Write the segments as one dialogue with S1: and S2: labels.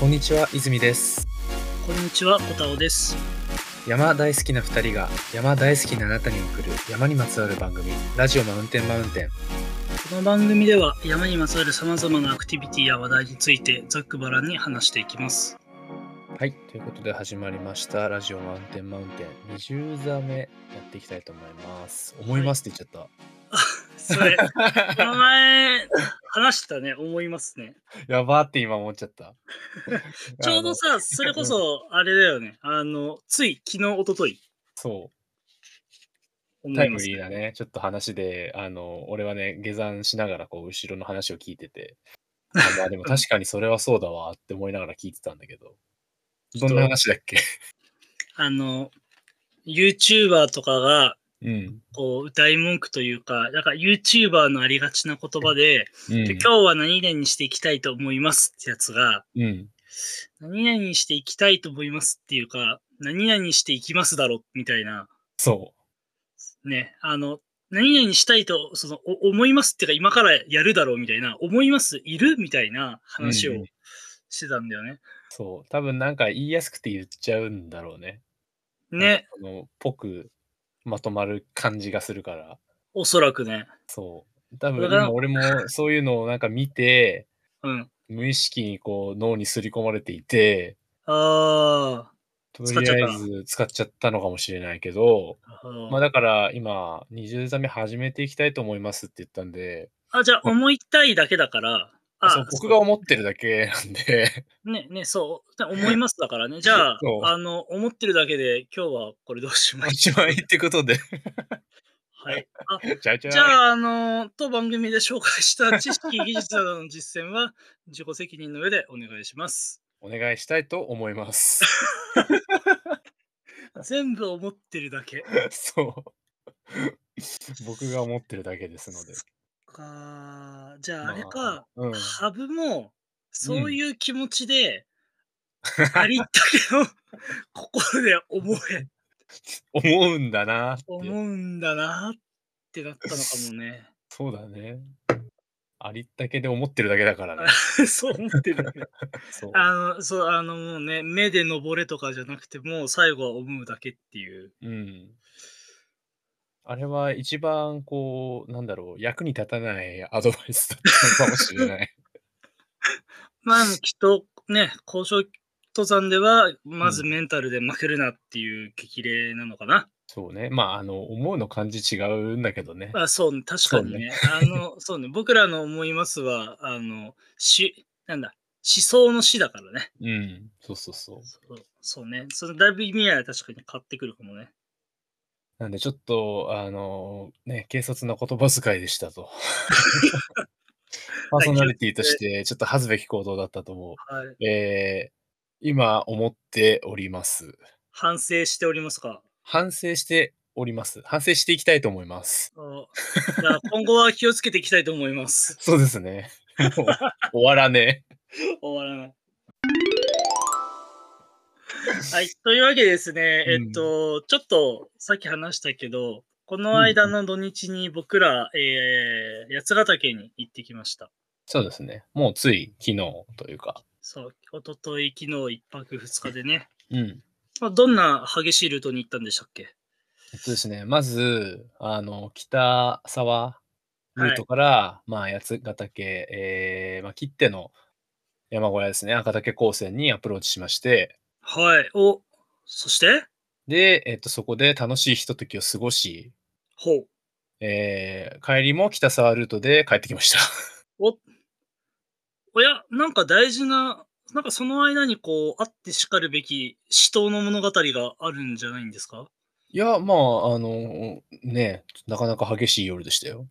S1: こんにちは泉です
S2: こんにちは、こたおです。
S1: 山大好きな2人が山大好きなあなたに送る山にまつわる番組ラジオマウンテンマウンテン
S2: この番組では山にまつわる様々なアクティビティや話題についてざっくばらんに話していきます。
S1: はいということで始まりましたラジオマウンテンマウンテン20座目やっていきたいと思います思いますって言っちゃった、
S2: それ、この前話したね、思いますね。
S1: やばーって今思っちゃった
S2: ちょうど
S1: あの
S2: さ、それこそあれだよね、あの、つい昨日、一昨日
S1: そ
S2: 思
S1: うタイ
S2: い
S1: ム
S2: ます
S1: リーなねちょっと話であの俺はね下山しながらこう後ろの話を聞いててあまあでも確かにそれはそうだわって思いながら聞いてたんだ けどどんな話だっけ
S2: あの、YouTuber とかが、
S1: うん、
S2: こう、歌い文句というか、なんか YouTuber のありがちな言葉で、
S1: うん
S2: で今日は何々にしていきたいと思いますってやつが、
S1: うん。
S2: 何々していきたいと思いますっていうか、何々していきますだろ、みたいな、
S1: そ
S2: ね、あの、何々したいと、その、お思いますっていうか、今からやるだろう、みたいな、思います、いるみたいな話を
S1: うんうん
S2: してたんだよね。
S1: う。そう。多分なんか言いやすくて言っちゃうんだろうね。
S2: ね、。
S1: あの、ぽくまとまる感じがするから。
S2: おそらくね。
S1: そう。多分
S2: だから
S1: 今俺もそういうのをなんか見て、
S2: うん。
S1: 無意識にこう脳に刷り込まれていて、
S2: あ
S1: と
S2: 使っ
S1: り
S2: ちゃ
S1: あ
S2: った
S1: えず使っちゃったのかもしれないけど、
S2: ーあ
S1: まあ
S2: ー。
S1: だから今、20座目始めていきたいと思いますって言ったんで、
S2: あ、じゃあ、思いたいだけだから、
S1: そう僕が思ってるだけなんで、
S2: ね、ね、そう、だ思いますだからね。じゃあ
S1: そう、
S2: あの、思ってるだけで、今日はこれどう しま
S1: おし
S2: しょう。
S1: まいってことで、
S2: はい。あ、
S1: ちゃうちゃう。
S2: じゃあ、あの、当番組で紹介した知識、技術などの実践 は、自己責任の上でお願いします。
S1: お願いしたいと思います。
S2: 全部思ってるだけ。
S1: そう。僕が思ってるだけですので。
S2: かじゃあ、
S1: ま
S2: あれ
S1: ま
S2: か、
S1: うん。
S2: ハブも、そういう気持ちで、ありったけ の心で思え、
S1: 思うんだなって。
S2: 思うんだなってなったのかも ね。
S1: そうだね。ありったけで思ってるだけだからね。
S2: そう思ってるだけ。
S1: そう
S2: あの、そう、あのもうね、目で登れとかじゃなくて、もう最後は思うだけっていう。
S1: うん。あれは一番こう、なんだろう、役に立たないアドバイスだったのかもしれない。
S2: まあ、でもきっとね、交渉登山では、まずメンタルで負けるなっていう激励なのかな。
S1: そうね。まあ、あの、思うの感じ違うんだけどね。
S2: あそうね、確かにね。あの、 そうね、僕らの思いますは、あの、し、なんだ、思想の死だからね。
S1: うん。そうそうそう。
S2: そうそうね、そのだいぶ意味合いは確かに変わってくるかもね。
S1: なんで、ちょっと、あのね、軽率な言葉遣いでしたと。パーソナリティとして、ちょっと恥ずべき行動だったと思
S2: はい。
S1: う。えー、今、思っております。
S2: 反省しておりますか
S1: 反省しております。反省していきたいと思います。
S2: あじゃあ今後は気をつけていきたいと思います。
S1: そうですね。もう終わらね
S2: 終わらない。はい、というわけでですね、
S1: うん
S2: えっと、ちょっとさっき話したけど、この間の土日に僕ら、えー、八ヶ岳に行ってきました。
S1: え。そうですね。もうつい昨日というか。
S2: そう、おととい、昨日一泊二日でね。
S1: うん。
S2: まあ、どんな激しいルートに行ったんでしたっけ
S1: えっとですね、まず、あの、北沢ルートから、まあ、八ヶ岳、えー、まあ、切手の山小屋ですね、赤岳高専にアプローチしまして、
S2: はい、お、そして
S1: で、えっと、そこで楽しいひとときを過ごし、
S2: ほう。
S1: えー帰りも北沢ルートで帰ってきました。
S2: おや、なんか大事な、なんかその間にこう、あってしかるべき死闘の物語があるんじゃないんですか
S1: いや、まあ、あの、ね、なかなか激しい夜でしたよ。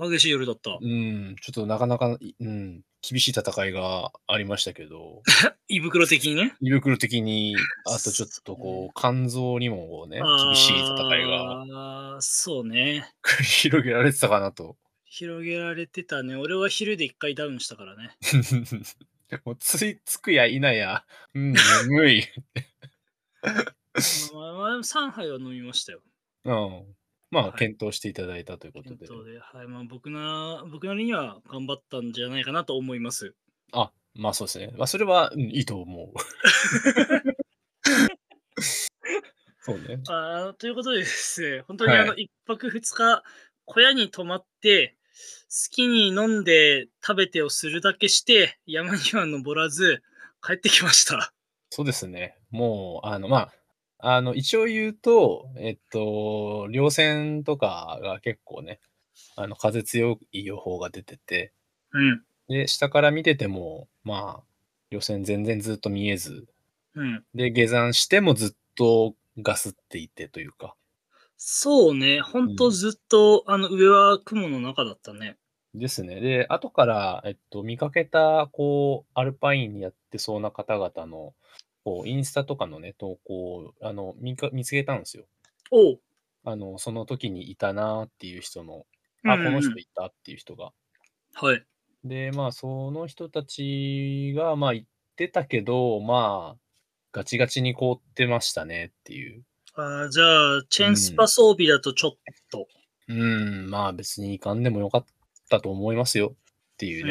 S2: 激しい夜だった。
S1: うん、ちょっとなかなか、いうん、厳しい戦いがありましたけど、
S2: 胃袋的にね。
S1: 胃袋的に、あとちょっとこう、肝臓にもこうね、厳しい戦いが
S2: が。そうね。
S1: 繰り広げられてたかなと。
S2: 広げられてたね。俺は昼で一回ダウンしたからね。
S1: もうついつくやいなや、うん、眠い。
S2: まあまあ、3杯は飲みましたよ。
S1: うん。まあ、
S2: はい
S1: 検討していただいたということ
S2: 検
S1: で。
S2: 討で。はい。まあ僕な、僕なりには頑張ったんじゃないかなと思います。
S1: あ、まあそうですね。まあそれは、うんいいと思う。そうね。
S2: あーということでですね、本当に
S1: はい
S2: あの、一泊二日、小屋に泊まって、好きに飲んで食べてをするだけして、山には登らず、帰ってきました。
S1: そうですね。もう、あの、まあ、あの、一応言うと、えっと、稜線とかが結構ね、あの、風強い予報が出てて、
S2: うん。
S1: で、下から見てても、まあ、稜線全然ずっと見えず、
S2: うん。
S1: で、下山してもずっとガスっていてというか、
S2: そうね、本
S1: う
S2: 当
S1: ん
S2: ずっと、あの、上は雲の中だったね。
S1: ですね。で、後から、えっと、見かけた、こう、アルパインやってそうな方々の、こう、インスタとかのね、投稿を、あの、見か見つけたんですよ。
S2: おう。
S1: あの、その時にいたなーっていう人の、あ、この
S2: うん
S1: 人
S2: うん
S1: いたっていう人が。
S2: はい。
S1: で、まあ、その人たちが、まあ、言ってたけど、まあ、ガチガチに凍ってましたねっていう。
S2: あーじゃあ、チェーンスパ装備だとちょっと。
S1: うん、まあ、別にいかんでもよかったと思いますよっていうう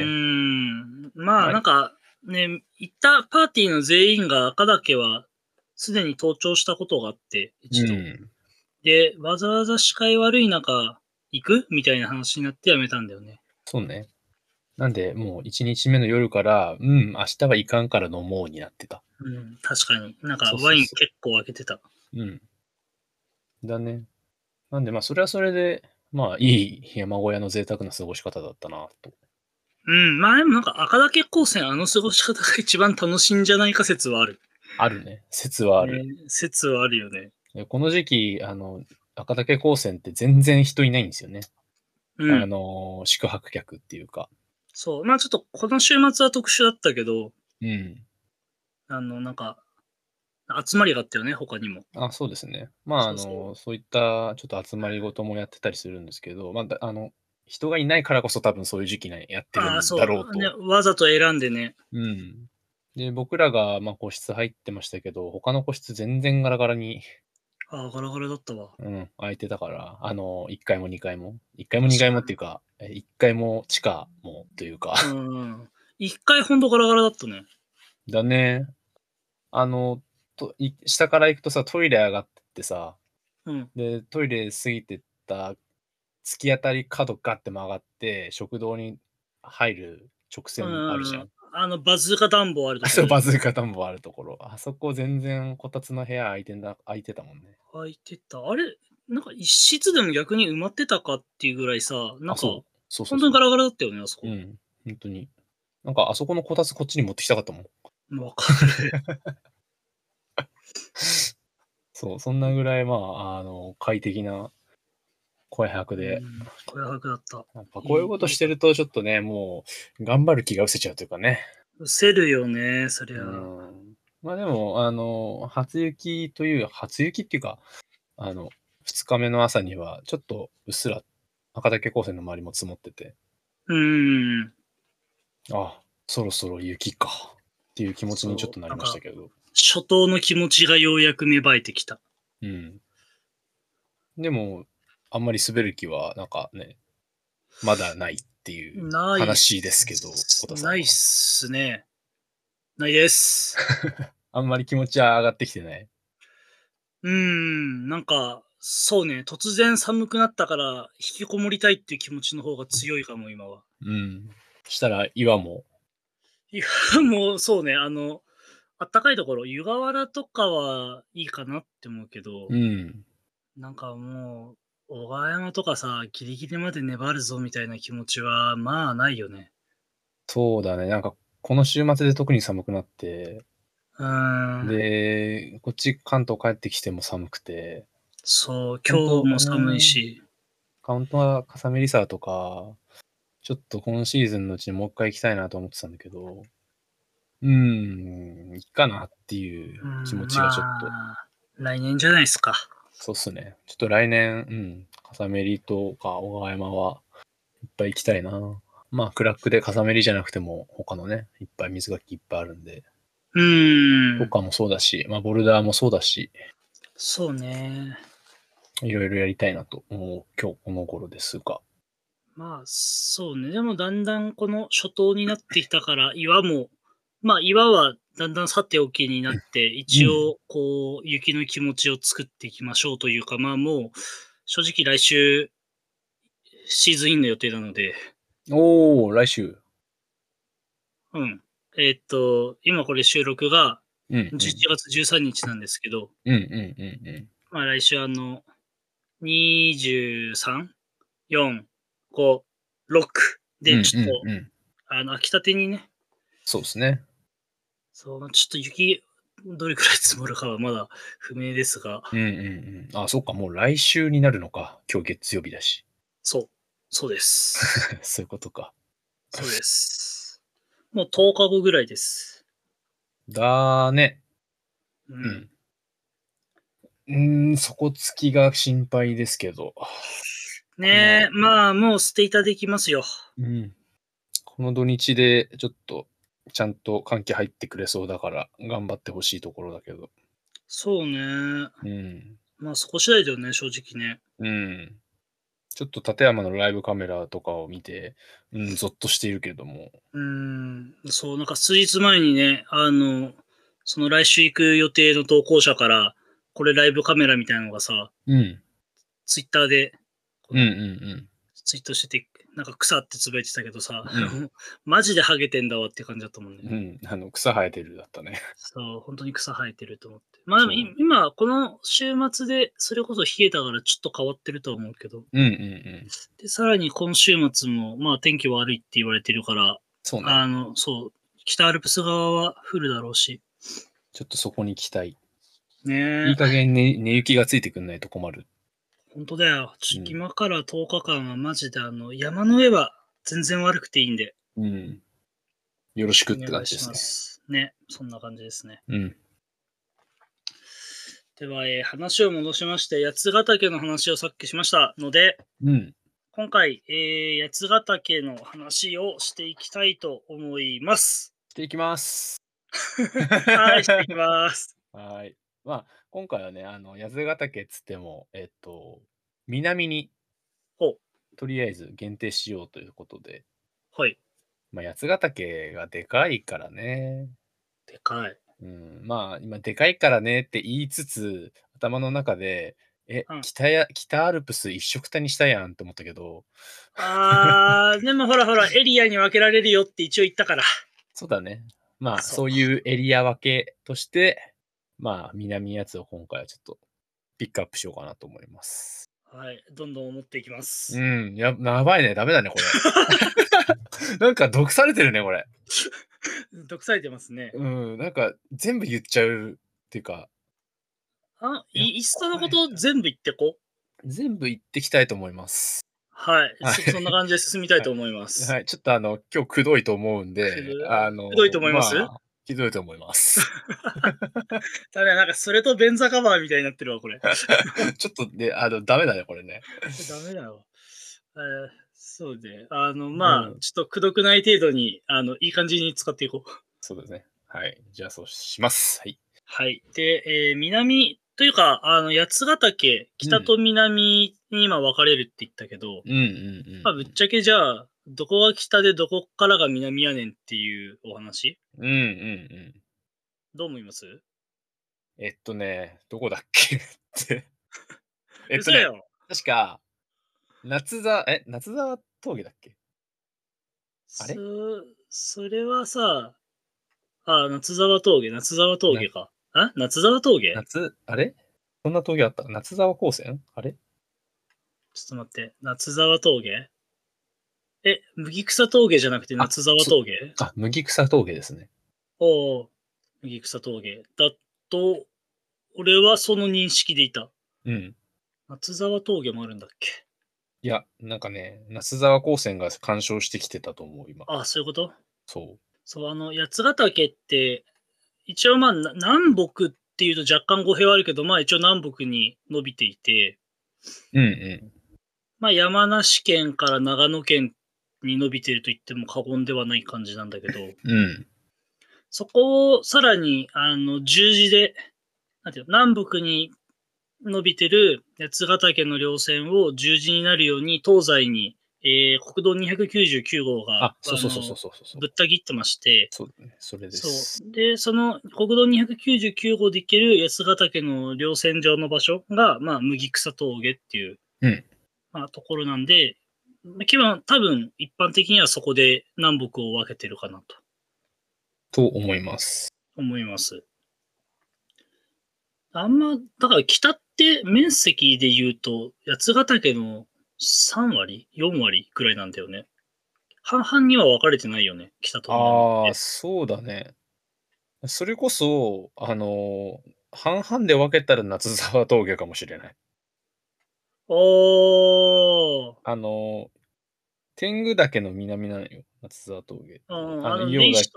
S1: ね。
S2: ん。ま
S1: は
S2: あ、
S1: い
S2: なんか、ね、行ったパーティーの全員が赤岳は、すでに登頂したことがあって、一度。
S1: うん
S2: で、わざわざ視界悪い中、行くみたいな話になってやめたんだよね。
S1: そうね。なんで、もう1日目の夜から、うん、明日はいかんから飲もうになってた。
S2: うん、確かに。なんか
S1: そうそうそう
S2: ワイン結構開けてた。
S1: うん。だね。なんで、まあ、それはそれで、まあ、いい山小屋の贅沢な過ごし方だったな、と。
S2: うん、まあでもなんか赤岳高専あの過ごし方が一番楽しいんじゃないか説はある。
S1: あるね。説はある。
S2: ね説はあるよね。
S1: でこの時期、あの、赤岳高専って全然人いないんですよね。
S2: う
S1: あ
S2: ん。
S1: の、宿泊客っていうか。
S2: そう。まあちょっとこの週末は特殊だったけど、
S1: うん。
S2: あの、なんか、集まりがあったよね、他にも。
S1: あ、そうですね。まあ、あの、
S2: そう
S1: そう
S2: そう
S1: いったちょっと集まりごともやってたりするんですけど、まあだ、あの、人がいないからこそ多分そういう時期にやってるん
S2: ああ、そう
S1: だろうと。
S2: ね。わざと選んでね。
S1: うん。で、僕らが、まあ、個室入ってましたけど、他の個室全然ガラガラに、
S2: ああ、ガラガラだったわ。
S1: うん、空いてたから、あの、1階も2階も、1階も2階もっていうか、1階も地下もというか、
S2: うん。一回ほんとガラガラだったね。
S1: だね。あの、とい下から行くとさ、トイレ上がってってさ、
S2: うん。
S1: で、トイレ過ぎてった、突き当たり角ガッて曲がって、食堂に入る直線あるじゃ。
S2: うんあの、バズーカ暖房あると
S1: あ
S2: こ
S1: そう、バ
S2: ね
S1: ズーカ暖房あるところ。あそこ全然こたつの部屋空いてんだ空いてたもんね。
S2: 開いてた。あれなんか一室でも逆に埋まってたかっていうぐらいさ、なん
S1: あ
S2: か、
S1: そうそうそう
S2: 本当
S1: そう
S2: にガラガラだったよね、あそこ
S1: う。ん、本当に。なんかあそこのこたつこっちに持ってきたかったもん。
S2: わ、かる。
S1: そう、そんなぐらい、まあ、あの、快適な声泊で
S2: う、ん、小屋泊だった。
S1: やっぱこういうことしてると、ちょっとね、もう、頑張る気が失せちゃうというかね。
S2: うせるよね、そり
S1: う
S2: ゃ。
S1: ん。まあでも、あの、初雪という、初雪っていうか、あの、2日目の朝には、ちょっとうっすら、赤岳高専の周りも積もってて、
S2: うん。
S1: あ、そろそろ雪か、っていう気持ちにちょっとなりましたけど。
S2: 初頭の気持ちがようやく芽生えてきた。
S1: うん。でも、あんまり滑る気は、なんかね、まだないっていう
S2: ない
S1: 話ですけど、小田さんは
S2: ないっすね。ないです。
S1: あんまり気持ちは上がってきてない。
S2: うーん、なんか、そうね、突然寒くなったから、引きこもりたいっていう気持ちの方が強いかも、今は。
S1: うん。したら、岩も。
S2: いや、もう、そうね、あの、あったかいところ、湯河原とかはいいかなって思うけど、
S1: うん。
S2: なんかもう、小川山とかさ、ギリギリまで粘るぞみたいな気持ちは、まあ、ないよね。
S1: そうだね。なんか、この週末で特に寒くなって、
S2: うーん。
S1: で、こっち関東帰ってきても寒くて、
S2: そう、今
S1: 本当
S2: 日も寒いし、
S1: カウントはカサメリサとか、ちょっと今シーズンのうちにもう一回行きたいなと思ってたんだけど、うん、いいかなっていう
S2: うん
S1: 気持ちがちょっと、
S2: まあ来年じゃないですか。
S1: そうっすね。ちょっと来年、うん、カサメリとか小川山はいっぱい行きたいな。まあ、クラックでカサメリじゃなくても、他のね、いっぱい水がきいっぱいあるんで、
S2: うー
S1: と
S2: ん。
S1: かもそうだし、まあ、ボルダーもそうだし、
S2: そうね。
S1: いろいろやりたいなと思う今日この頃ですが。
S2: まあ、そうね。でも、だんだんこの初冬になってきたから、岩もまあ、岩はだんだんさておきになって、一応、こう、雪の気持ちを作っていきましょうというか、まあもう、正直来週、シーズンインの予定なので、
S1: おお、来週。
S2: うん。えーっと、今これ収録が
S1: うん、うん。
S2: 11月13日なんですけど、
S1: うんうんうんうん。
S2: まあ来週あの、23、4、5、6で、ちょっと、
S1: うんうんうん、
S2: あの、秋田手にね、
S1: そうですね。
S2: そう、ちょっと雪、どれくらい積もるかはまだ不明ですが、
S1: うんうんうん。あ、そっか、もう来週になるのか。今日月曜日だし。
S2: そう、そうです。
S1: そういうことか。
S2: そうです。もう10日後ぐらいです。
S1: だーね。
S2: う
S1: う。ん。うーん、底つきが心配ですけど。
S2: ねえ、
S1: うん
S2: まあ、もうステータできますよ。
S1: うん。この土日で、ちょっと、ちゃんと寒気入ってくれそうだから、頑張ってほしいところだけど。
S2: そうね。
S1: うん。
S2: まあ、そこ次第だよね、正直ね。
S1: うん。ちょっと立山のライブカメラとかを見て、うん、ゾッとしているけれども。
S2: うーん、そう、なんか数日前にね、あの、その来週行く予定の投稿者から、これライブカメラみたいなのがさ、
S1: うん。
S2: ツイッターで
S1: うんうん
S2: ツイートしてて、なんか草ってつぶやいてたけどさ、
S1: う
S2: マジでハゲてんだわって感じだったもんね。
S1: うん。うん。あの、草生えてるだったね。
S2: そう、本当に草生えてると思って。まあでもい
S1: そう
S2: 今、この週末でそれこそ冷えたからちょっと変わってるとは思うけど。
S1: うんうんうん。
S2: で、さらに今週末も、まあ天気悪いって言われてるから、
S1: そうね。
S2: あの、そう、北アルプス側は降るだろうし。
S1: ちょっとそこに期待。
S2: ね
S1: い
S2: え
S1: い、加減に寝雪がついてくんないと困る。
S2: 本当だよ。ちょ
S1: うん
S2: 今から10日間はマジであの、山の上は全然悪くていいんで。
S1: うん。よろしく
S2: お
S1: って感
S2: 願い
S1: じで
S2: しますす。ね、そんな感じですね。
S1: ね。うん。
S2: では、えー話を戻しまして、八ヶ岳の話をさっきしましたので、
S1: うん。
S2: 今回、えー、八ヶ岳の話をしていきたいと思います。
S1: していきます。
S2: はい、していきます。
S1: はーい。まあ、今回はね、あの、八ヶ岳っつっても、えっと、南に
S2: ほう、
S1: とりあえず限定しようということで、
S2: はい、
S1: まあ、八ヶ岳がでかいからね。
S2: でかい。
S1: うん、まあ、今、でかいからねって言いつつ、頭の中で、え
S2: うん、
S1: 北や、北アルプス一色たにしたやんって思ったけど、
S2: あー、でもほらほら、エリアに分けられるよって一応言ったから。
S1: そうだね。まあ、
S2: そう
S1: そういうエリア分けとして、まあ、南やつを今回はちょっとピックアップしようかなと思います。
S2: はい、どんどん思っていきま
S1: う
S2: す。
S1: ん、や、やばいね。ダメだね、こ れ。なんか、毒されてるね、これ。
S2: 毒されてますね。
S1: うん、なんか、全部言っちゃうっていうか、
S2: あ、
S1: いや
S2: いいっそのこと全部言ってこ。
S1: 全部言ってきたいと思います。
S2: はい、
S1: はい
S2: そそんな感じで進みたいと思います。
S1: はい、ちょっとあの、今日くどいと思うんで
S2: くどい、
S1: あの、
S2: くどいと思います
S1: あひどいと思い ます。
S2: ただ、なんかそれと便座カバーみたいになってるわ、これ。 ダ
S1: ちょっとね、あの、ダメだね、これね。
S2: メだよ。えーそうで、あの、まあ、
S1: うん
S2: ちょっとくどくない程度に、あの、いい感じに使っていこう。
S1: そうですね。はい。じゃあ、そうします。はい。
S2: はい。で、えー南というか、あの、八ヶ岳、北と南に今分かれるって言ったけど、
S1: うんうんうん。
S2: まあ、ぶっちゃけじゃあ、どこが北でどこからが南やねんっていうお話
S1: うんうんうん。
S2: どう思います
S1: えっとね、どこだっけって。えっと
S2: 嘘
S1: ね、
S2: よ。
S1: 確か、夏座、え、夏座峠だっけあれ
S2: そそれはさ、あ、夏沢峠、夏沢峠か。あ夏沢峠ちょっ
S1: 夏、あれそんな峠あった夏沢高専あれ
S2: と待って、夏沢峠え、麦草峠じゃなくて夏沢
S1: そ
S2: 峠
S1: あ、麦草峠ですね。
S2: おお、麦草峠だと、俺はその認識でいた。
S1: うん。
S2: 松沢峠もあるんだっけ
S1: いや、なんかね、夏沢高専が干渉してきてたと思う、今。
S2: ああ、そういうこと
S1: そ
S2: そう、あの、八ヶ岳って、一応まあ、な南北っていうと若干語弊はあるけど、まあ一応南北に伸びていて、
S1: う。うんう
S2: まあ山梨県から長野県に伸びてると言っても過言ではない感じなん だけど、
S1: ん。うん。
S2: そこをさらに、あの、十字で、なんていうの、南北に伸びてる八ヶ岳の稜線を十字になるように東西にえー国道299号が
S1: あ、そうそうそうそう
S2: あ
S1: そうそ
S2: の
S1: う。
S2: ぶった切ってまして、
S1: そうだねそれで
S2: そ
S1: す。
S2: う。で、その国道299号で行ける八ヶ岳の稜線上の場所が、まあ、麦草峠っていう、
S1: うん
S2: まあ、ところなんで、まあ基本、多分、一般的にはそこで南北を分けてるかなと
S1: と思います。
S2: 思います。あんま、だから北って面積で言うと、八ヶ岳の3割 ?4 割くらいなんだよね。半々には分かれてないよね、北と南
S1: あ
S2: っ
S1: あ、そうだね。それこそ、あのー半々で分けたら夏沢峠かもしれない。
S2: て。おー。
S1: あのー天狗岳の南なのよ、夏沢峠って。
S2: うん
S1: あ
S2: あ
S1: の硫
S2: の、
S1: 黄
S2: 電
S1: が
S2: 子と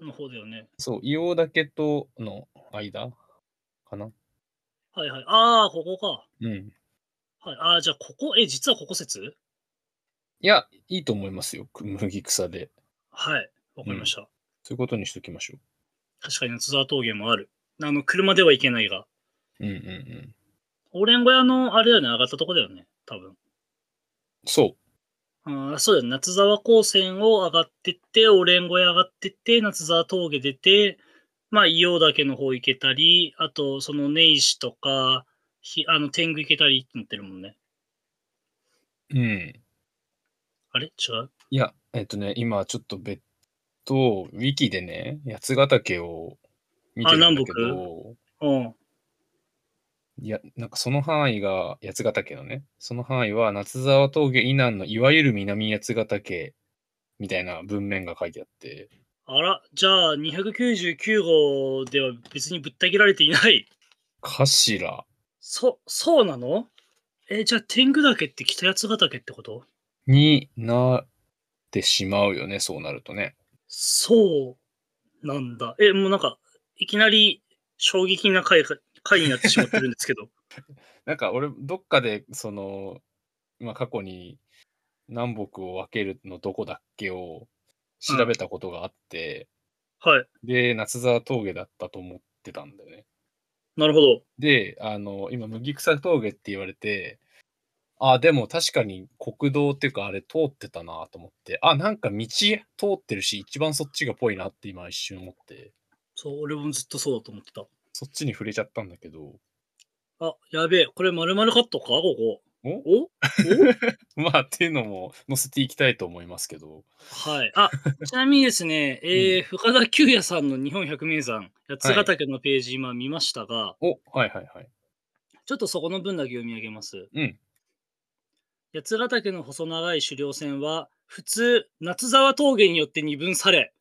S2: かの方だよね。
S1: そう、硫黄岳との間かな。
S2: はいはい。ああ、ここか。
S1: うん。
S2: はい、ああ、じゃあここ、え、実はここ説
S1: いや、いいと思いますよ、く麦草で。
S2: はい、わかりました。
S1: そういうことにしときましょ
S2: 確かに夏沢峠もある。あの、車では行けないが。
S1: う。うんうんうん。
S2: オレン小屋の、あれだよね、上がったとこだよね、多分。
S1: そう。
S2: ああ、そうだよ、ね、夏沢高専を上がってって、オレン小屋上がってって、夏沢峠出て、まあ、硫黄岳の方行けたり、あと、その根石とか、ひあの天狗行けたりってなってるもんね。
S1: うん。
S2: あれ違う
S1: いや、えっとね、今ちょっと別途、ウィキでね、八ヶ岳を見てるんだけ
S2: あ南
S1: ど、
S2: うん。
S1: いや、なんかその範囲が八ヶ岳のね、その範囲は夏沢峠以南のいわゆる南八ヶ岳みたいな文面が書いてあって、
S2: あら、じゃあ299号では別にぶった切られていない。
S1: かしら、
S2: そ、そうなのえ、じゃあ天狗岳って北八ヶ岳ってこと
S1: になってしまうよね、そうなるとね。
S2: そうなんだ。え、もうなんか、いきなり衝撃な回か回になってしまってるんですけど。
S1: なんか俺、どっかで、その、まあ、過去に南北を分けるのどこだっけを調べたことがあって、
S2: はい。
S1: で、夏沢峠だったと思ってたんだよね。
S2: なるほど。
S1: で、あの、今、麦草峠って言われて、あ、でも確かに国道っていうか、あれ通ってたなと思って、あ、なんか道通ってるし、一番そっちがぽいなって今一瞬思って、
S2: そう、俺もずっとそうだと思ってた。
S1: そっちに触れちゃったんだけど、
S2: あ、やべえ。これ丸々カットかここ。
S1: お
S2: お
S1: まあっていうのも載せていきたいと思いますけど、
S2: はい。あ、 ちなみにですね、えー深田久也さんの日本百名山、八ヶ岳のページ今見ましたが、
S1: お、はいはいはい。
S2: ちょっとそこの分だけ読み上げます。
S1: うん。
S2: 八ヶ岳の細長い狩猟船は、普通、夏沢峠によって二分さ れ、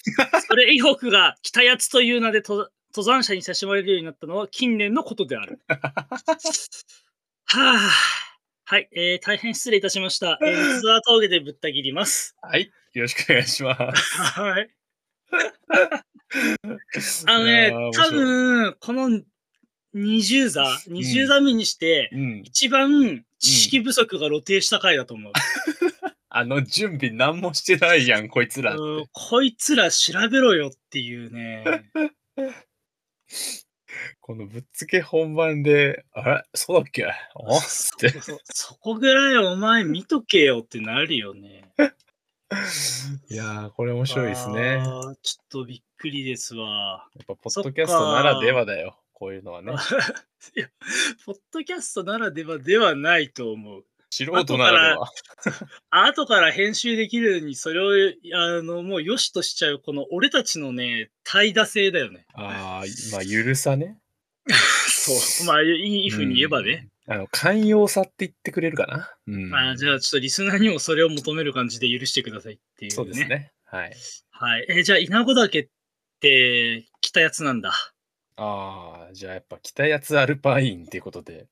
S2: それ以北が北八という名で登登山者に親しまれるようになったのは近年のことであ る。はあ。はい、えー、大変失礼いたしました。え ー、夏沢峠でぶった切ります。
S1: はい、よろしくお願いします。
S2: はい。 あのね
S1: いやー、面白い
S2: 多分、この20座、20座目にして、
S1: うん、
S2: 一番知識不足が露呈した回だと思う。
S1: あの、準備何もしてないじゃん、こいつらって。
S2: うんこいつら調べろよっていうね。
S1: このぶっつけ本番で、あれそうだっけおっつって。
S2: そそこぐらいお前見とけよってなるよね。
S1: いやー、これ面白いですね。や
S2: あーちょっとびっくりですわ。
S1: っぱ、ポッドキャストならではだよ。こういうのはね。
S2: いや、ポッドキャストならではではないと思う。
S1: 素人ならでは。
S2: 後から編集できるにそれを、あの、もう良しとしちゃう、この俺たちのね、怠惰性だよね。
S1: ああー、まあ、ゆるさね。
S2: そう。まあ、いいふうに言えばね。
S1: うん。あの、寛容さって言ってくれるかな。うん。
S2: あーじゃあ、ちょっとリスナーにもそれを求める感じで許してくださいっていう、ね。
S1: そうですね。はい。
S2: はい。えーじゃあ、稲子岳って来たや つなんだ。
S1: ああ、じゃあやっぱ、北八つアルパインっていうことで、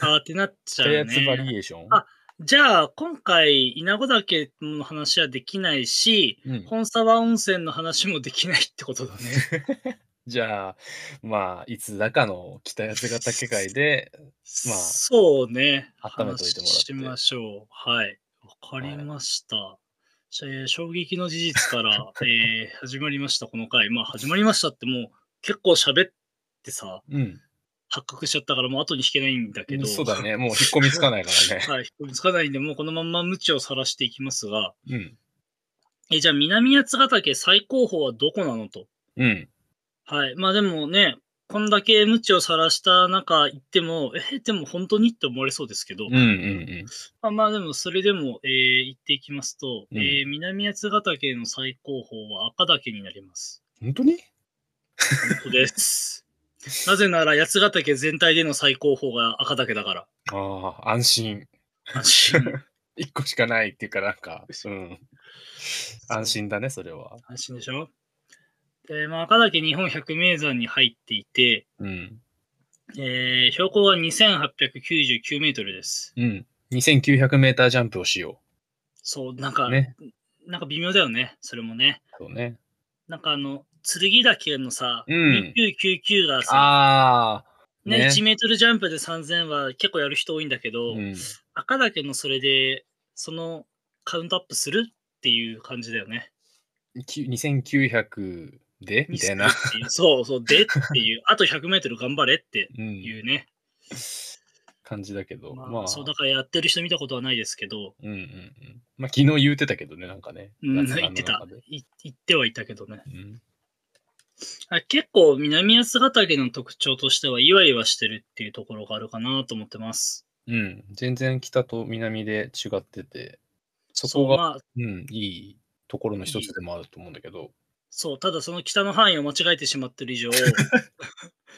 S2: あーってなっちゃ
S1: 北
S2: う
S1: 八つバ
S2: ね。
S1: リエーション。
S2: あじゃあ、今回、稲子岳の話はできないし、
S1: うん、
S2: 本沢温泉の話もできないってことだね。
S1: じゃあ、まあ、いつだかの北八ヶ岳会で、 まあ
S2: そうね。
S1: 温めといてもらって
S2: 話しましょう。はい。わかりました。じゃあえー衝撃の事 実から、えー始まりました、この回。まあ、始まりましたってもう結構喋ってさ、
S1: うん。
S2: 発覚しちゃったから、もう後に引け ないんだけど。
S1: そうだね。もう引っ込みつかないからね。
S2: はい、引っ込みつかないんで、もうこのまんま無知をさらしていきますが、
S1: うん。
S2: え、じゃあ南八ヶ岳最高峰はどこなのと。
S1: うん。
S2: はい。まあでもね、こんだけ無知をさらした中行っても、え、でも本当にって思われそうですけど、
S1: うんうんうん。
S2: まあまあでもそれでも、えー行っていきますと、
S1: うん
S2: えー南八ヶ岳の最高峰は赤岳になります。
S1: 本当に
S2: 本 当です。なぜなら八ヶ岳全体での最高峰が赤岳だから。
S1: ああ、安心。
S2: 安 心。
S1: 一個しかないっていうか、なんか、うん。安心だね、それは。
S2: 安心でしょで、まあ、赤岳日本百名山に入っていて、
S1: うん。
S2: えー標高は2899メートルです。
S1: うん。2900メータージャンプをしよ
S2: そう、なんか、
S1: う。ね。
S2: なんか微妙だよね、それもね。
S1: そうね。
S2: なんかあの、剣岳のさ、
S1: うん
S2: 2999がさ、
S1: ああ。
S2: ね1メートルジャンプで3000は結構やる人多いんだけど、
S1: うん。
S2: 赤岳のそれで、そのカウントアップするっていう感じだよね。
S1: きゅ2900でみたいな。
S2: っていうそうそう、でっていう、あと100メートル頑張れって
S1: う
S2: い
S1: ん。
S2: うね。
S1: 感じだけど。
S2: まあ、
S1: まあ。
S2: そうだからやってる人見たことはないですけど、
S1: うんうんうん。まあ、昨日言うてたけどね、なんかね。
S2: うん、
S1: 雑談の
S2: 言ってた
S1: 中で。
S2: い言ってはいたけどね。
S1: うん。
S2: あ結構南八ヶ岳の特徴としては、イワイワしてるっていうところがあるかなと思ってます。
S1: うん。全然北と南で違ってて、そこ
S2: そう
S1: が、
S2: まあ
S1: うん、いいところの一つでもあると思うんだけど。
S2: そう、ただその北の範囲を間違えてしまってる以 上、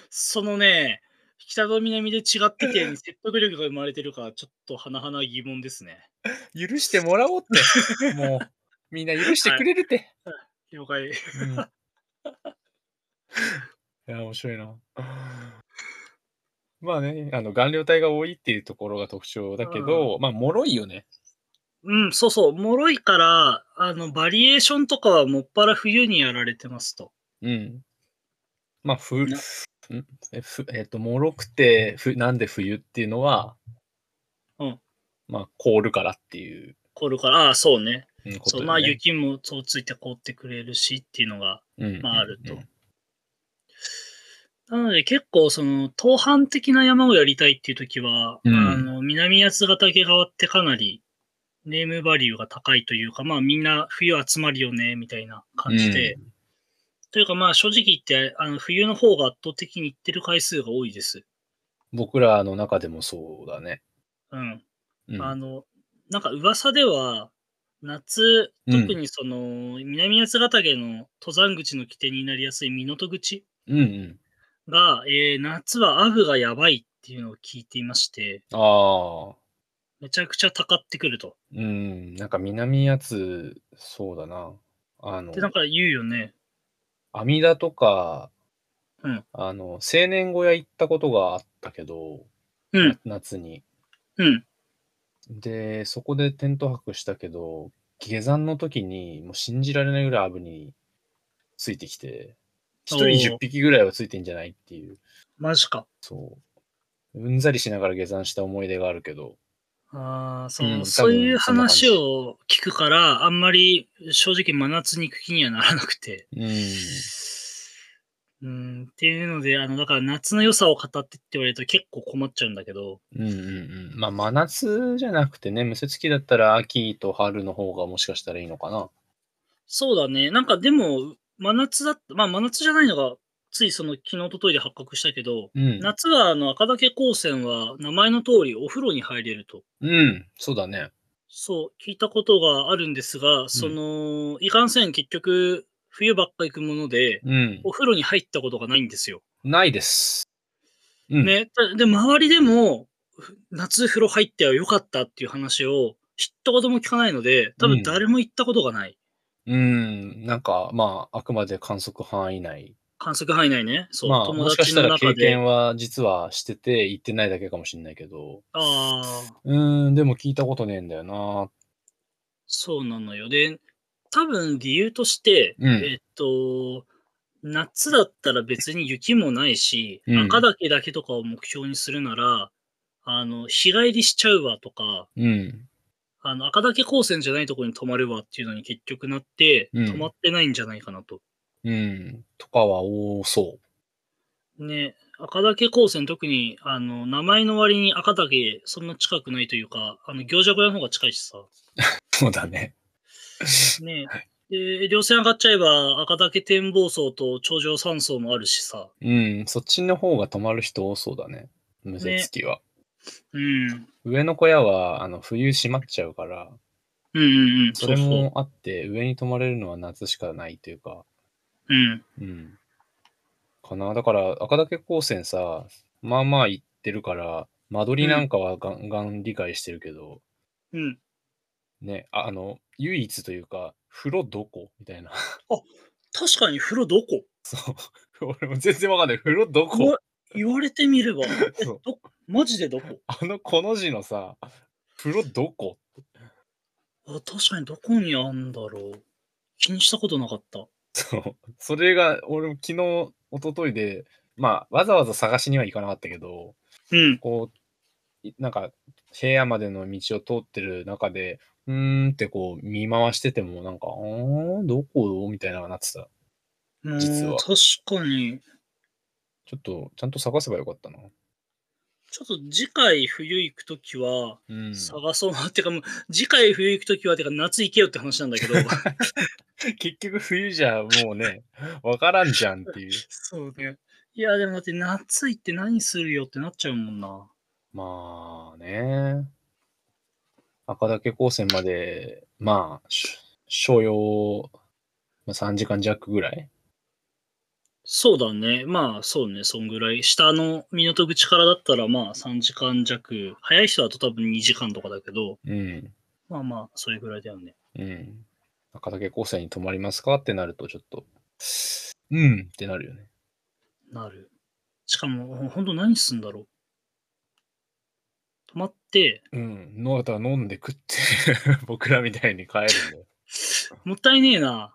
S2: そのね、北と南で違ってて、説得力が生まれてるか、ちょっと甚々疑問ですね。
S1: 許してもらおうって。 もう、みんな許してくれるって。
S2: 了解。
S1: うんいや、面白いな。まあね、あの、顔料体が多いっていうところが特徴だけど、まあ、脆いよね。
S2: うん、そうそう、脆いから、あの、バリエーションとかはもっぱら冬にやられてますと。
S1: うん。まあ、ふ、
S2: なん
S1: え、ふ、えっ、と、脆くて、ふ、なんで冬っていうのは、
S2: うん。
S1: まあ、凍るからっていう、
S2: 凍るから、ああ、そうね。
S1: うんこと
S2: そう
S1: だ
S2: まあ
S1: よね
S2: 雪もそうついて凍ってくれるしっていうのが
S1: うん
S2: まああると
S1: うんうん
S2: なので結構その東半的な山をやりたいっていう時は、
S1: うん
S2: あの南八ヶ岳側ってかなりネームバリューが高いというかまあみんな冬集まるよねみたいな感じで、というかまあ正直言ってあの冬の方が圧倒的に行ってる回数が多いです。
S1: 僕らの中でもそうだね。
S2: うん、
S1: うん。
S2: あのなんか噂では夏
S1: うん
S2: 特にその、南八ヶ岳の登山口の起点になりやすい港口
S1: うんうん。
S2: が、えー夏はアブがやばいっていうのを聞いていまして、
S1: ああ。
S2: めちゃくちゃたかってくると。
S1: うん。なんか南やつ、そうだな。あの
S2: で、、なんか言うよね。
S1: 阿弥陀とか、
S2: うん
S1: あの、青年小屋行ったことがあったけど、
S2: うん、
S1: 夏に。
S2: うん、
S1: で、そこでテント泊したけど、下山の時にもう信じられないぐらいアブについてきて、一人
S2: おー
S1: 10匹ぐらいはついてんじゃないっていう、
S2: マジか。
S1: そう。うんざりしながら下山した思い出があるけど、
S2: ああ、そう、
S1: うん
S2: そうい
S1: 多
S2: う
S1: 分そんな感じ
S2: 話を聞くから、あんまり正直真夏に行く気にはならなくて。
S1: うん、
S2: うん、っていうので、あの、だから夏の良さを語ってって言われると結構困っちゃうんだけど、
S1: うん、うん、うん。まあ、真夏じゃなくてね、むせつきだったら秋と春の方がもしかしたらいいのかな。
S2: そうだね。なんかでも、真夏だった、まあ真夏じゃないのが、ついその昨日、一昨日で発覚したけど、
S1: うん。
S2: 夏はあの赤岳高専は名前の通りお風呂に入れると。
S1: うん、そうだね。
S2: そう、聞いたことがあるんですが、その、いかんせん結局、冬ばっか行くもので、
S1: うん。
S2: お風呂に入ったことがないんですよ。
S1: ないです。うん。
S2: ね。たで、周りでも、ふ夏風呂入ってはよかったっていう話を、一言も聞かないので、多
S1: うん
S2: 分誰も行ったことがない。
S1: うん。なんか、まあ、あくまで観測範囲内
S2: 観測範囲内ね。そう、
S1: まあ、
S2: 友
S1: もしか
S2: 達
S1: した
S2: の
S1: ら
S2: 中
S1: 経
S2: で。
S1: 験は実はしてて行ってないだけかもしれないけど、
S2: ああ。
S1: うーん、でも聞いたことねえんだよな。
S2: そうなのよ。で、多分理由として、
S1: うん
S2: えっと、夏だったら別に雪もないし、
S1: うん
S2: 赤岳だけとかを目標にするなら、あの、日帰りしちゃうわとか、
S1: うん。
S2: あの、赤岳高専じゃないところに泊まるわっていうのに結局なって、
S1: うん
S2: 泊まってないんじゃないかなと。
S1: うん。とかは多そ
S2: ね、赤岳高専特に、あの、名前の割に赤岳そんな近くないというか、あの、行者小屋の方が近いしさ。
S1: そうだね。
S2: ねで、稜線上がっちゃえば赤岳展望層と頂上山層もあるしさ。
S1: うん、そっちの方が泊まる人多そうだね。無瀬付きは。
S2: うん。うん
S1: 上の小屋は、あの、冬閉まっちゃうから、
S2: うんうん。
S1: それ
S2: う
S1: もあって、上に泊まれるのは夏しかないというか、
S2: う。うん。
S1: うん。かな。だから、赤岳高専さ、まあまあ行ってるから、間取りなんかはガンガン理解してるけど、
S2: うん。
S1: ね、ああの、唯一というか、風呂どこみたいな。
S2: 確かに風呂どこ
S1: そう。俺も全然わかんない。風呂ど
S2: う
S1: こ
S2: わ言われてみれ ば。え
S1: そう
S2: どマジでどこ
S1: あのこの字のさ、風呂どこ
S2: あ確かにどこにあんだろう。気にしたことなかった。
S1: そう。それが、俺も昨日、一昨日で、まあ、わざわざ探しには行かなかったけど、
S2: うん。
S1: こう、いなんか、部屋までの道を通ってる中で、うーんってこう見回してても、なんか、うーん、どこみたいなのがなってた。実は
S2: もう確かに。
S1: ちょっと、ちゃんと探せばよかったな。
S2: ちょっと次回冬行くときは
S1: うん。
S2: 探そうな、ってかもう次回冬行くときはてか夏行けよって話なんだけど
S1: 結局、冬じゃもうね、わからんじゃんっていう。
S2: そうねいやでもだって夏行って何するよってなっちゃうもんな
S1: まあね。赤岳高専まで、まあ、し所要、まあ、3時間弱ぐらい
S2: そうだねまあそうねそんぐらい下の港口からだったらまあ3時間弱早い人だと多分2時間とかだけど
S1: うん。
S2: まあまあそれぐらいだよね
S1: うん。赤岳高専に泊まりますかってなると、ちょっと、うんってなるよね。
S2: なるしかもほんと何すんだろう泊まって
S1: うん。のだから飲んで食って、 僕らみたいに帰るんだよ。
S2: もったいねえな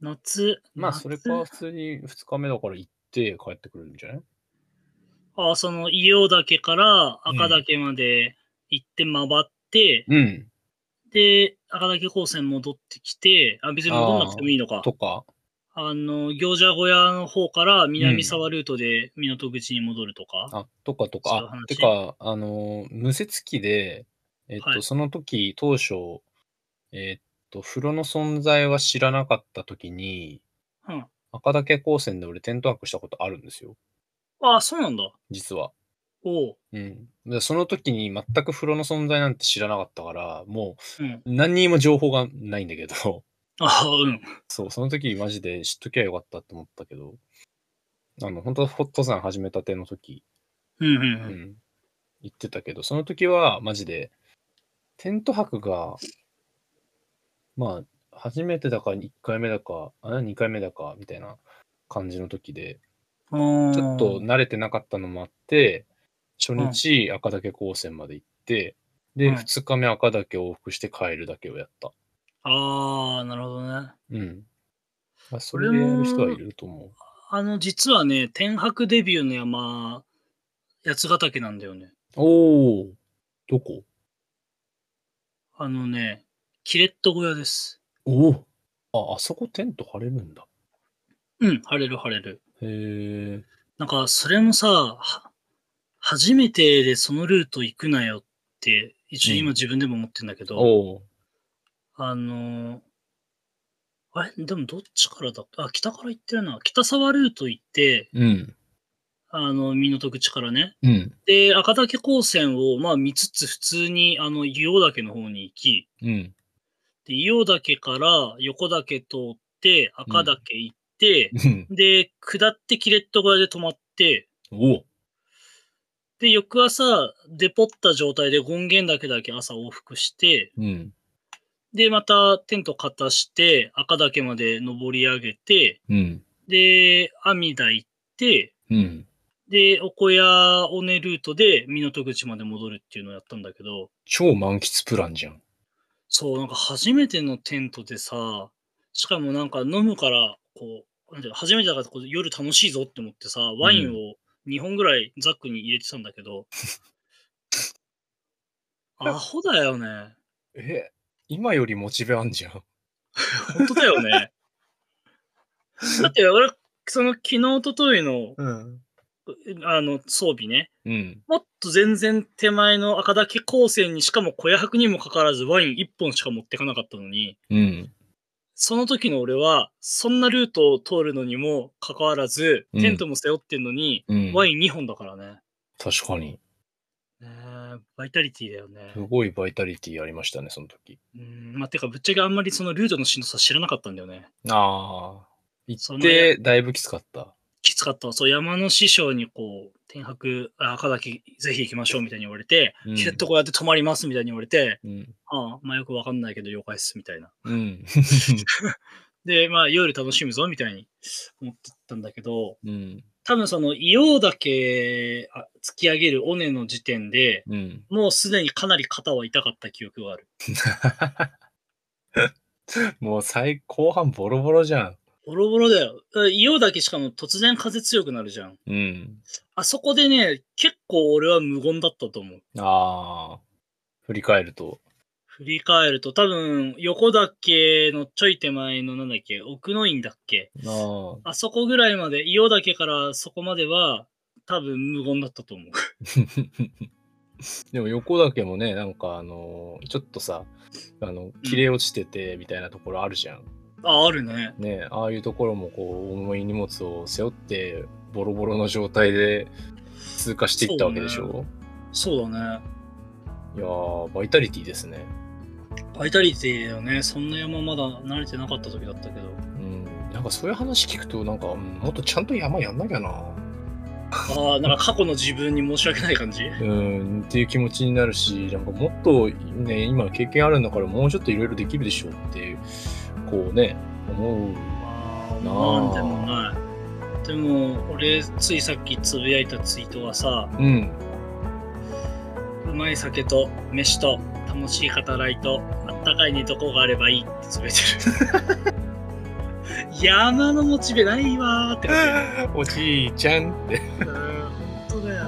S2: 夏
S1: まあ、それ
S2: 夏
S1: か、普通に2日目だから行って帰ってくるんじゃない
S2: あその伊予岳から赤岳まで行って回って、
S1: うん。
S2: で、赤岳高専戻ってきて、あ、別に戻んなくてもいいのか。
S1: とか、
S2: あの、行者小屋の方から南沢ルートで港口に戻るとか。
S1: あ、とかと
S2: そういう
S1: か、
S2: 話
S1: あ、てか、あのー、無節機で、えっと、
S2: はい
S1: その時、当初、えっと、風呂の存在は知らなかった時に、
S2: うん、
S1: 赤岳高専で俺テント泊したことあるんですよ、
S2: あそうなんだ。
S1: 実は。
S2: おう。
S1: うん。でその時に全く風呂の存在なんて知らなかったから、も
S2: うん。
S1: う何にも情報がないんだけど、
S2: あうん。
S1: そう、その時マジで知っときゃよかったって思ったけど、あの、本当ホットさん始めたての時
S2: うんう
S1: うんん、言ってたけど、その時はマジで、テント泊が、まあ、初めてだか1回目だか、あ2回目だかみたいな感じの時で、
S2: うん。あー
S1: ちょっと、慣れてなかったのもあって、初日赤岳高専まで行って、で、
S2: うん
S1: 2日目赤岳往復して帰るだけをやった。
S2: ああ、なるほどね。
S1: うん。まあ、それでやる人はいると思
S2: あの、実はね、天白デビューの山、八ヶ岳なんだよね。
S1: う。おおどこ
S2: あのね、キレット小屋です。
S1: おおあ、あそこテント張れるんだ。
S2: うん、晴れる晴れる。
S1: へえ。
S2: なんか、それもさ、は初めてでそのルート行くなよって、一応
S1: うん
S2: 今自分でも思ってんだけど、
S1: おお
S2: あのーあれでもどっちからだあ、北から行ってるな。北沢ルート行って、
S1: うん。
S2: あの、港口からね。
S1: うん。
S2: で、赤岳高専を、まあ見つつ、普通に、あの、硫黄岳の方に行き、
S1: うん。
S2: で、硫黄岳から横岳通って、赤岳行って、
S1: うん。
S2: で、下ってキレット小屋で泊まって、
S1: おう
S2: で、翌朝、デポった状態で権限だけだけ朝往復して、
S1: うん。
S2: で、またテントかたして、赤岳まで登り上げて、
S1: うん。
S2: で、阿弥陀行って、
S1: うん。
S2: で、お小屋尾根ルートで港口まで戻るっていうのをやったんだけど、
S1: 超満喫プランじゃん。
S2: そう、なんか初めてのテントでさ、しかもなんか飲むから、こう、なんていうの初めてだからこう夜楽しいぞって思ってさ、ワインを2本ぐらいザックに入れてたんだけど、アホだよね。
S1: え、今よりモチベあんじゃん。
S2: 本当だよ ね。だって俺、その昨日、一昨日の
S1: うん。
S2: あの、装備ね。
S1: うん。
S2: もっと全然手前の赤岳高専にしかも小屋泊にもかかわらずワイン1本しか持ってかなかったのに、
S1: うん。
S2: その時の俺は、そんなルートを通るのにもかかわらず、
S1: うん
S2: テントも背負ってんのに、
S1: うん。
S2: ワイン2本だからね。
S1: 確かに。
S2: ねえバイタリティだよね
S1: す。ごいバイタリティありましたね、その時。
S2: うん、まあ、てか、ぶっちゃけあんまりそのルートのしんどさ知らなかったんだよね。
S1: ああ。行
S2: そ
S1: っ
S2: の
S1: て、だいぶきつかった。
S2: きつかったわ。そう、山の師匠にこう、天白、あ赤岳ぜひ行きましょうみたいに言われて、
S1: うん
S2: ひゅっとこうやって泊まりますみたいに言われて、
S1: うん。
S2: ああ、まあよくわかんないけど了解っすみたいな。
S1: うん。
S2: で、まあ夜楽しむぞみたいに思ってたんだけど、
S1: うん。
S2: 多分その硫黄岳あ突き上げる尾根の時点で、
S1: うん。
S2: もうすでにかなり肩は痛かった記憶がある。
S1: もう最後半ボロボロじゃん。
S2: ボロボロだよ。だから硫黄岳しかも突然風強くなるじゃん。
S1: うん。
S2: あそこでね、結構俺は無言だったと思う。
S1: ああ。振り返ると。
S2: 振り返ると、多分、横岳のちょい手前のなんだっけ、奥の院だっけ。
S1: ああ。
S2: あそこぐらいまで、伊予岳からそこまでは、多分無言だったと思う。
S1: でも横岳もね、なんかあのーちょっとさ、あの、切れ落ちててみたいなところあるじゃん。
S2: あ、あるね。
S1: ねああいうところもこう、重い荷物を背負って、ボロボロの状態で通過していったわけでしょ。
S2: そうだね。
S1: いやー、バイタリティですね。
S2: バイタリティだよね。そんな山まだ慣れてなかった時だったけど。
S1: うん。なんかそういう話聞くと、なんか、うんもっとちゃんと山やんなきゃな。
S2: ああ、なんか過去の自分に申し訳ない感じ。
S1: うん、っていう気持ちになるし、なんかもっとね、今経験あるんだから、もうちょっといろいろできるでしょうっていう、こうね、思う。
S2: ああ、
S1: な
S2: なんでもない。でも、俺、ついさっきつぶやいたツイートがさ、
S1: うん。
S2: うまい酒と飯と楽しい語らいとあったかい寝床があればいいってつぶやいてる山のモチベないわーって感
S1: おじいちゃんって。
S2: じ本当だよ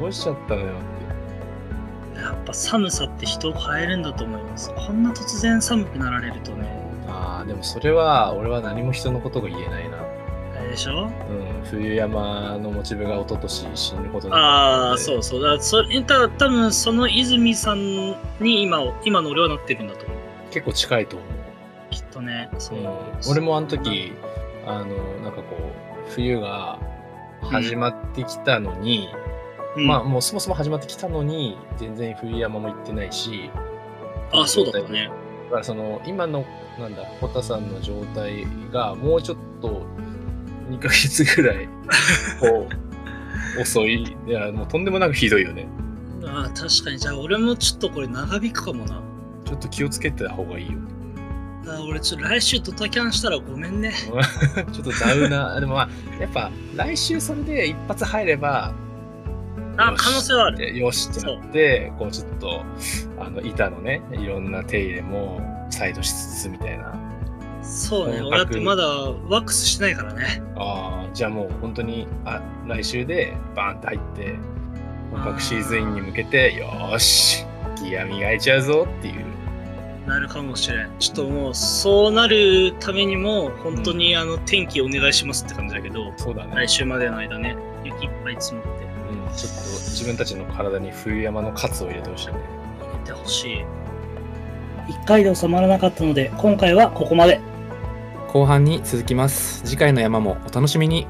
S1: どうしちゃったのよっ
S2: やっぱ寒さって人を変えるんだと思いますこんな突然寒くなられるとね
S1: て。ああ、でもそれは、俺は何も人のことが言えないな。
S2: あれでしょ
S1: うん、冬山のモチベが一昨年死ぬことに
S2: ああ
S1: う。
S2: そうそうだそれた多分その泉さんに今を今の俺はなってるんだと思う
S1: 結構近いと思う。、
S2: きっとねそううん
S1: 俺もあの時、あの、なんかこう、冬が始まってきたのに、
S2: うん
S1: まあもうそもそも始まってきたのに全然冬山も行ってないし
S2: あそうだったね
S1: だからその今のなんだコタさんの状態がもうちょっと2ヶ月ぐ らいこう遅いいやもうとんでもなくひどいよね
S2: あー確かにじゃあ俺もちょっとこれ長引くかもな
S1: ちょっと気をつけてた方がいいよ
S2: あ俺ちょっと来週ドタキャンしたらごめんね。
S1: ちょっとダウナー でもまあやっぱ来週それで一発入れば
S2: あ
S1: よし
S2: 可能性はある。
S1: でよしってなってこうちょっとあの板のねいろんな手入れも再度しつつみたいな
S2: そうね。
S1: 本格
S2: 俺だってまだワックスしてないからね。
S1: ああじゃあもう本当にあ来週でバーンって入って本格シーズンインに向けてよーしギア磨いちゃうぞっていう
S2: なるかもしれん。ちょっともうそうなるためにも本当にあの天気お願いしますって感じだけど、
S1: そうだね、
S2: 来週までの間ね、雪いっぱい積もって
S1: うん、ちょっと自分たちの体に冬山のカツを入れてほしいね
S2: 入れてほしい。1回で収まらなかったので、今回はここまで。
S3: 後半に続きます次回の山もお楽しみに